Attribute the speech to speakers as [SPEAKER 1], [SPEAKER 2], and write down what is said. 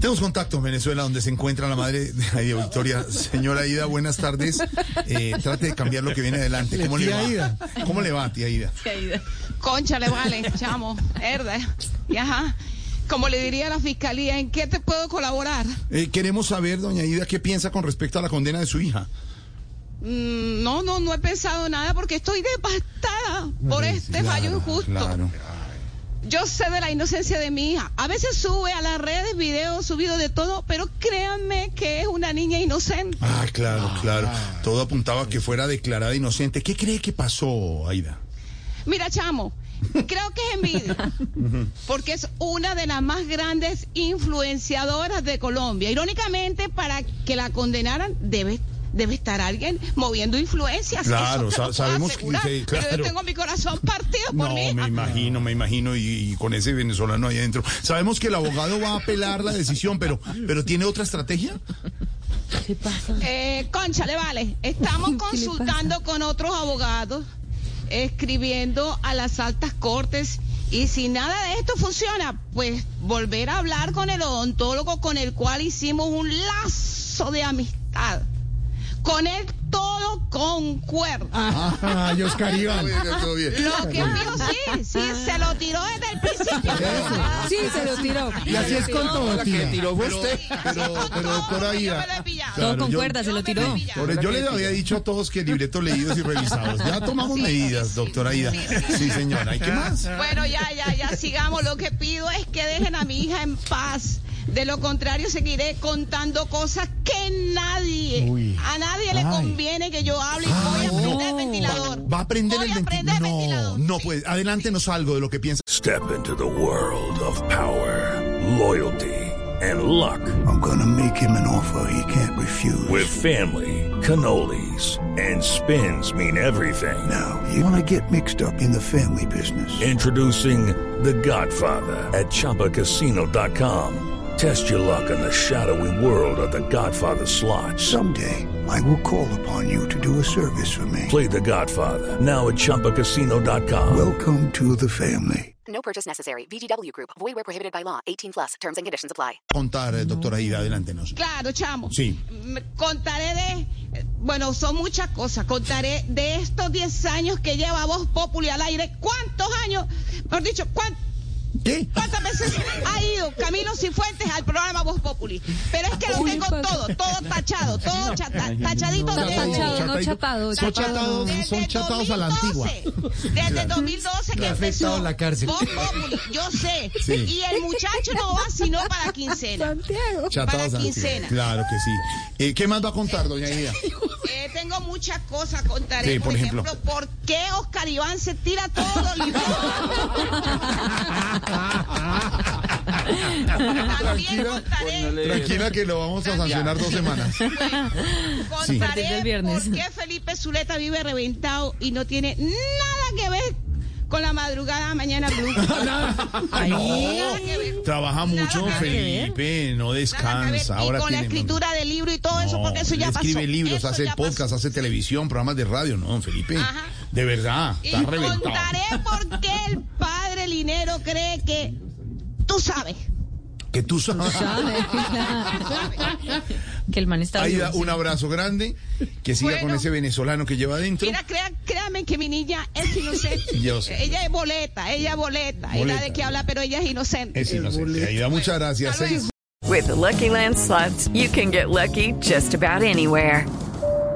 [SPEAKER 1] Tenemos contacto en Venezuela donde se encuentra la madre de Aida Victoria. Señora Ida, buenas tardes. Eh, trate de cambiar lo que viene adelante. ¿Cómo le va? ¿Cómo le va, tía Ida?
[SPEAKER 2] Concha, le vale, chamo, herda. Y ajá. Como le diría la fiscalía, ¿en qué te puedo colaborar?
[SPEAKER 1] Eh, queremos saber, doña Ida, qué piensa con respecto a la condena de su hija.
[SPEAKER 2] Mm, No, no, no he pensado nada porque estoy devastada por este
[SPEAKER 1] Claro,
[SPEAKER 2] fallo injusto.
[SPEAKER 1] Claro.
[SPEAKER 2] Yo sé de la inocencia de mi hija. A veces sube a las redes videos, subido de todo, pero créanme que es una niña inocente.
[SPEAKER 1] Ah, claro, claro. Todo apuntaba a que fuera declarada inocente. ¿Qué cree que pasó, Aida?
[SPEAKER 2] Mira, chamo, creo que es envidia, porque es una de las más grandes influenciadoras de Colombia. Irónicamente, para que la condenaran, debe debe estar alguien moviendo influencias.
[SPEAKER 1] Claro,
[SPEAKER 2] eso te
[SPEAKER 1] sa-
[SPEAKER 2] lo puedo
[SPEAKER 1] sabemos que-
[SPEAKER 2] asegurar,
[SPEAKER 1] sí,
[SPEAKER 2] Pero
[SPEAKER 1] claro.
[SPEAKER 2] yo tengo mi corazón partido por
[SPEAKER 1] No,
[SPEAKER 2] mí.
[SPEAKER 1] me imagino, me imagino, y, y con ese venezolano ahí adentro. Sabemos que el abogado va a apelar la decisión, pero, pero ¿tiene otra estrategia?
[SPEAKER 2] Eh, concha, le vale. Estamos consultando con otros abogados, escribiendo a las altas cortes. Y si nada de esto funciona, pues volver a hablar con el odontólogo con el cual hicimos un lazo de amistad. Con él todo concuerda.
[SPEAKER 1] Ah, y Oscar Iván. Todo bien.
[SPEAKER 2] Lo que fijo sí, sí, se lo tiró desde el principio.
[SPEAKER 3] Sí, se lo tiró.
[SPEAKER 1] Y así es con todo, tía. Pero- Pero,
[SPEAKER 2] Con
[SPEAKER 1] pero,
[SPEAKER 2] todo,
[SPEAKER 1] doctora
[SPEAKER 2] yo
[SPEAKER 1] Ida,
[SPEAKER 2] me lo he pillado.
[SPEAKER 1] Todo Claro, con yo- cuerda,
[SPEAKER 2] Yo me lo he pillado.
[SPEAKER 1] Por- yo les había dicho a todos que libretos leídos y revisados. Ya tomamos
[SPEAKER 2] Sí,
[SPEAKER 1] medidas,
[SPEAKER 2] sí,
[SPEAKER 1] doctora
[SPEAKER 2] sí,
[SPEAKER 1] Ida.
[SPEAKER 2] sí, sí.
[SPEAKER 1] Sí, señora. ¿Y qué más?
[SPEAKER 2] Bueno, ya, ya, ya, sigamos. Lo que pido es que dejen a mi hija en paz. De lo contrario, seguiré contando cosas que nadie,
[SPEAKER 1] Uy.
[SPEAKER 2] a nadie le
[SPEAKER 1] Ay.
[SPEAKER 2] conviene que yo hable y voy a prender el ventilador.
[SPEAKER 1] Va a prender
[SPEAKER 2] voy
[SPEAKER 1] el
[SPEAKER 2] a
[SPEAKER 1] ventilador.
[SPEAKER 2] prender el
[SPEAKER 1] No,
[SPEAKER 2] ventilador.
[SPEAKER 1] no, pues adelántenos algo de lo que piensa.
[SPEAKER 4] Step into the world of power, loyalty, and luck.
[SPEAKER 5] I'm gonna make him an offer he can't refuse.
[SPEAKER 4] With family, cannolis, and spins mean everything.
[SPEAKER 5] Now, you wanna get mixed up in the family business.
[SPEAKER 4] Introducing The Godfather at ChumbaCasino.com. Test your luck in the shadowy world of The Godfather slot.
[SPEAKER 5] Someday, I will call upon you to do a service for me.
[SPEAKER 4] Play The Godfather now at ChumbaCasino.com.
[SPEAKER 5] Welcome to the family.
[SPEAKER 6] No purchase necessary. VGW Group. Void where prohibited by law. 18 plus. Terms and conditions apply.
[SPEAKER 1] Contar, eh, doctora Ida, adelántenos.
[SPEAKER 2] Claro, chamo.
[SPEAKER 1] Sí.
[SPEAKER 2] Me- Contaré de. eh, Bueno, son muchas cosas. Contaré de estos 10 años que lleva Voz Populi al aire. ¿Cuántos años? Por dicho, ¿cuántos?
[SPEAKER 1] ¿Qué?
[SPEAKER 2] ¿Cuántas veces ha ido Camilo Cifuentes al programa Voz Populi? Pero es que lo tengo todo, todo tachado, todo chata- tachadito de
[SPEAKER 3] Tachado, no
[SPEAKER 1] Chataito.
[SPEAKER 3] chapado,
[SPEAKER 1] Son
[SPEAKER 3] chapado.
[SPEAKER 1] chatados, son chatados a la antigua.
[SPEAKER 2] Desde 2012 que empezó
[SPEAKER 1] la cárcel.
[SPEAKER 2] Voz Populi, yo sé.
[SPEAKER 1] Sí.
[SPEAKER 2] Y el muchacho no va sino para quincena.
[SPEAKER 1] Chatados a la antigua.
[SPEAKER 2] quincena.
[SPEAKER 1] Claro que sí. Eh, ¿Qué más va a contar, doña Ida?
[SPEAKER 2] Eh, tengo muchas cosas a contar.
[SPEAKER 1] Sí,
[SPEAKER 2] por,
[SPEAKER 1] por ejemplo.
[SPEAKER 2] ejemplo, ¿por qué Oscar Iván se tira todo los libros? También contaré.
[SPEAKER 1] Tranquila que lo vamos a sancionar dos semanas. Sí. A
[SPEAKER 3] partir del
[SPEAKER 2] Contaré
[SPEAKER 3] viernes.
[SPEAKER 2] por qué Felipe Zuleta vive reventado y no tiene nada que ver con la madrugada mañana blue. Nada que ver.
[SPEAKER 1] Trabaja mucho,
[SPEAKER 2] Nada que ver.
[SPEAKER 1] Felipe, no
[SPEAKER 2] Nada que ver.
[SPEAKER 1] descansa.
[SPEAKER 2] Y
[SPEAKER 1] Ahora
[SPEAKER 2] con la
[SPEAKER 1] tiene-
[SPEAKER 2] escritura del libro y todo eso,
[SPEAKER 1] No,
[SPEAKER 2] porque eso ya
[SPEAKER 1] él
[SPEAKER 2] pasó.
[SPEAKER 1] Escribe libros,
[SPEAKER 2] Eso
[SPEAKER 1] hace
[SPEAKER 2] ya pasó.
[SPEAKER 1] podcast, hace televisión, programas de radio, ¿no, don Felipe?
[SPEAKER 2] Ajá.
[SPEAKER 1] De verdad,
[SPEAKER 2] Y
[SPEAKER 1] está reventado.
[SPEAKER 2] contaré por qué el padre Linero cree que tú sabes.
[SPEAKER 1] Que tú sabes.
[SPEAKER 3] que el man está
[SPEAKER 1] Aida,
[SPEAKER 3] vivo,
[SPEAKER 1] un abrazo grande. Que siga
[SPEAKER 2] Bueno.
[SPEAKER 1] con ese venezolano que lleva adentro.
[SPEAKER 2] Mira, crea- créame que mi niña es inocente.
[SPEAKER 1] Yo sé.
[SPEAKER 2] Ella es boleta, ella es boleta. Ella
[SPEAKER 1] Boleta.
[SPEAKER 2] de qué habla, pero ella es inocente.
[SPEAKER 1] Es inocente. Aida, muchas gracias.
[SPEAKER 2] Hasta luego.
[SPEAKER 1] Seis-
[SPEAKER 7] With the Lucky Land slots, you can get lucky just about anywhere.